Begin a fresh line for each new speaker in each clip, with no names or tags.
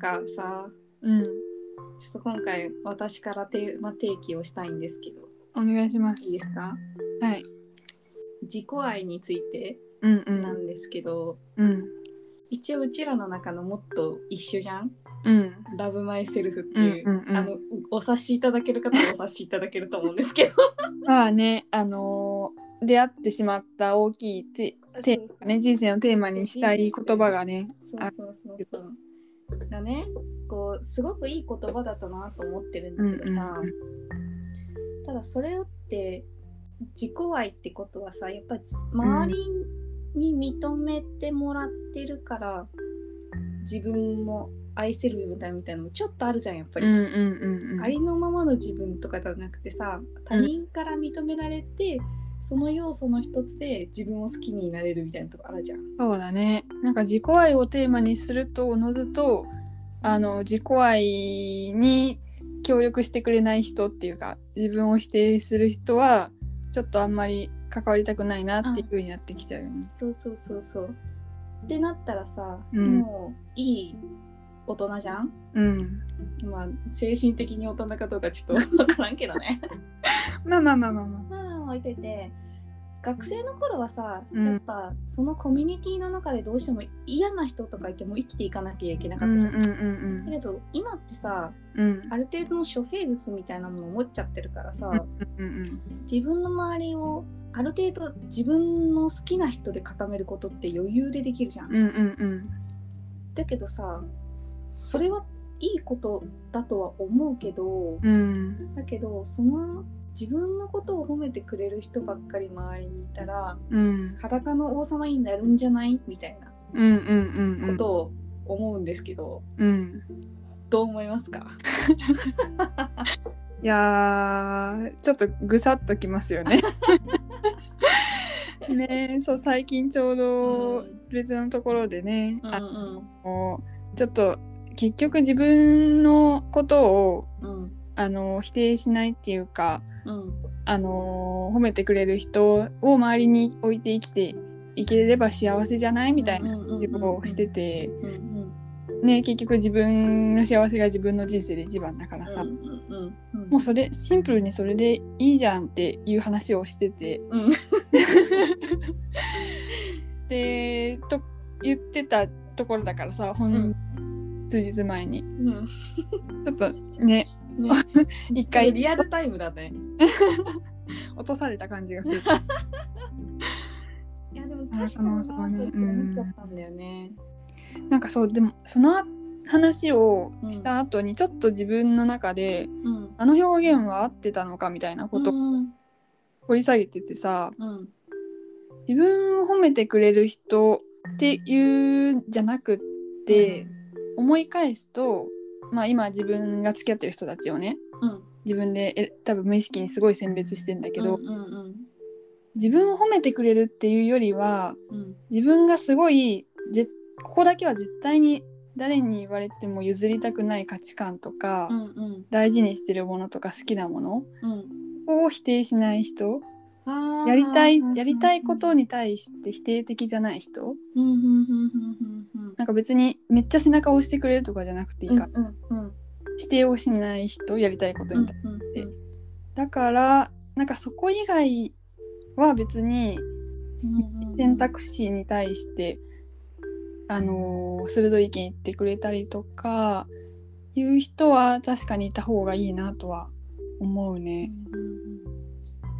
かさ、うん、ちょっと今回私からテーマ提起をしたいんですけど、
お願いします
いいですか
はい
自己愛について
うんう
なんんですけど、
うん
一応うちらの中のもっと一緒じゃん
うん
「ラブマイセルフって
うん
いう、
うんうん
あのお察しいただける方はお察しいただけると思うんです けど
まあねあのー出会ってしまった大きいテテーマがね人生のテーマにしたい言葉がね
そうそうそうそうがねこうすごくいい言葉だったなと思ってるんだ
うん
けどさ、ただそれって自己愛ってことはさやっぱ周りに認めてもらってるから、自分も愛せる部分だみたいなのもちょっとあるじゃんやっぱ
うん
り、
うんうんうん
ありのままの自分とかじゃなくてさ他人から認められて、その要素の一つで自分を好きになれるみたいなとこあるじゃん。
そうだねなんか自己愛をテーマにするとおのずとあの自己愛に協力してくれない人っていうか自分を否定する人はちょっとあんまり関わりたくないなっていう風になってきちゃうよね。
そうそうそうそう。ってなったらさ、
うん
もういい大人じゃん
うん、
まあ精神的に大人かどうかちょっと 分からんけどね。
まあまあまあまあまあ。
まあ置いといて学生の頃はさ、
うん
やっぱそのコミュニティの中でどうしても嫌な人とかいても生きていかなきゃいけな
う
かっ
ん
た
う
じ
ん
ゃん。
うん
だけど今ってさ
うんうん
ある程度の処世術みたいなものを持っちゃってるからさ、
うん
自分の周りをある程度自分の好きな人で固めることって余裕でできるじゃん。
うんうんうん
だけどさそれはいいことだとは思うけど
うん
だけどその自分のことを褒めてくれる人ばっかり周りにいたら
うん
裸の王様になるんじゃないみたいな
うんうんうんう
こ
ん
とを思うんですけど、
うん
どう思いますか
いやーちょっとぐさっときますよね。ねえそう最近ちょうど
うん
別のところでね、あ
ん
のちょっと結局自分のことを
うん
あの否定しないっていうか
うん
あの褒めてくれる人を周りに置いて生きていければ幸せじゃないみたいな自分をしてて、
うんうん
ね、結局自分の幸せが自分の人生で一番だから
う
さ、
んうんうん
もうそれシンプルにそれでいいじゃんっていう話をしてて。
うんうん
でと言ってたところだからさほん、数日前に
うん
ちょっとね
ねちょっ
一
と
回
リアルタイムだね
落とされた感じがする
いやでも
あ
確かにな
そ
と
うそうね
思っちゃったんだよね
なんかそうでもその話をした後にちょっと自分の中で、
うん
あの表現は合ってたのかみたいなことを
うん
掘り下げててさ、
うん
自分を褒めてくれる人っていうんじゃなくって、思い返すとまあ今自分が付き合ってる人たちをね
うん
自分でえ多分無意識にすごい選別してんだけど、
うんうん
自分を褒めてくれるっていうよりは
うん
自分がすごいぜここだけは絶対に誰に言われても譲りたくない価値観とか、
うんうん
大事にしてるものとか好きなもの
うん
を否定しない人
あー
やりたいやりたいことに対して否定的じゃない人
うんうんうんうんうんうん
なんか別にめっちゃ背中を押してくれるとかじゃなくていいから、
うんうんうん
否定をしない人やりたいことに対して
うんうんうん
だからなんかそこ以外は別に
うんうん
選択肢に対して、あのー鋭い意見言ってくれたりとかいう人は確かにいた方がいいなとは思うね。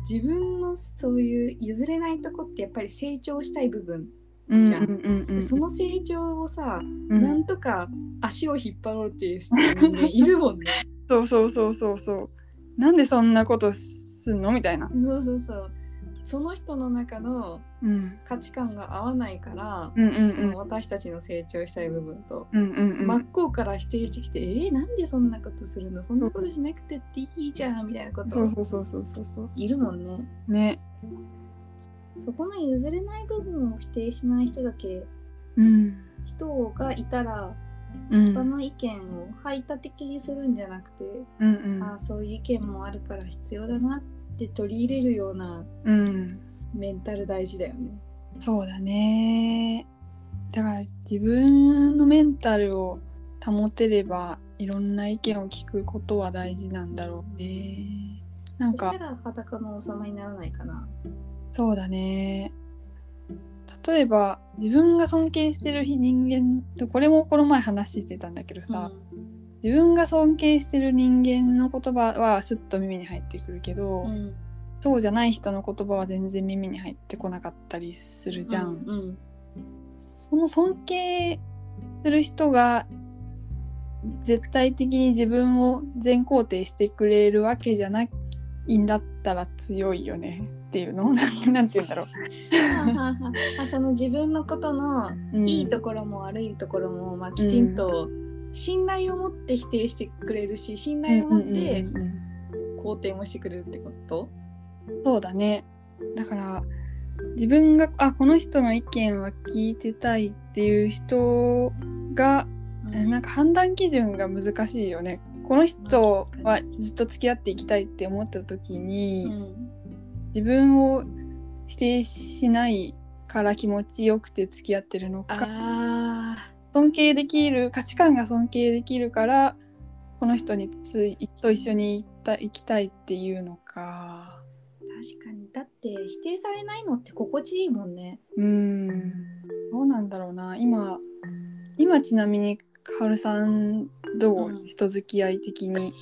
自分のそういう譲れないとこってやっぱり成長したい部分、
うんう
じ
ん
ゃあ
うんうん
その成長をさ、
うん
なんとか足を引っ張ろうっていう人が人間いるもんね
そうそうそうそうそうなんでそんなことすんのみたいな。
そうそうそうその人の中の
うん
価値観が合わないから、
うんうん
その私たちの成長したい部分と、
うんうんうんうん
真っ向から否定してきて「えー、なんでそんなことするのそんなことしなくてっていいじゃん」みたいなこと
そうそうそうそうそうそう
いるもんね。
ね
そこの譲れない部分を否定しない人だけ
うん
人がいたら
うんう
他
ん
の意見を排他的にするんじゃなくて、
うん
ああそういう意見もあるから必要だなって取り入れるような
うん
メンタル大事だよね。
そうだねだから自分のメンタルを保てればいろんな意見を聞くことは大事なんだろうね。なん
そ
か
したら裸の王様にならないかな。
そうだね。例えば自分が尊敬してる人間とこれもこの前話してたんだけどさ、自分が尊敬してる人間の言葉はすっと耳に入ってくるけど、
うん、うん、
そうじゃない人の言葉は全然耳に入ってこなかったりするじゃん。
うん、
その尊敬する人が絶対的に自分を全肯定してくれるわけじゃないんだったら強いよねっていうの なんなんて言うんだろう。
あその自分のことの
うん
いいところも悪いところも、まあ、きちんと信頼を持って否定してくれるし信頼を持って
うんうんうん
肯定もしてくれるってこと、
うんそうだねだから自分があこの人の意見は聞いてたいっていう人がえーなんか判断基準が難しいよねこの人はずっと付き合っていきたいって思った時に、
うん
自分を否定しないから気持ちよくて付き合ってるのか
あ
尊敬できる価値観が尊敬できるからこの人についと一緒に行った行きたいっていうのか
ー確かにだって否定されないのって心地いいもんね。
うーんどうなんだろうな今今ちなみにカオルさんどう、
うん
人付き合い的に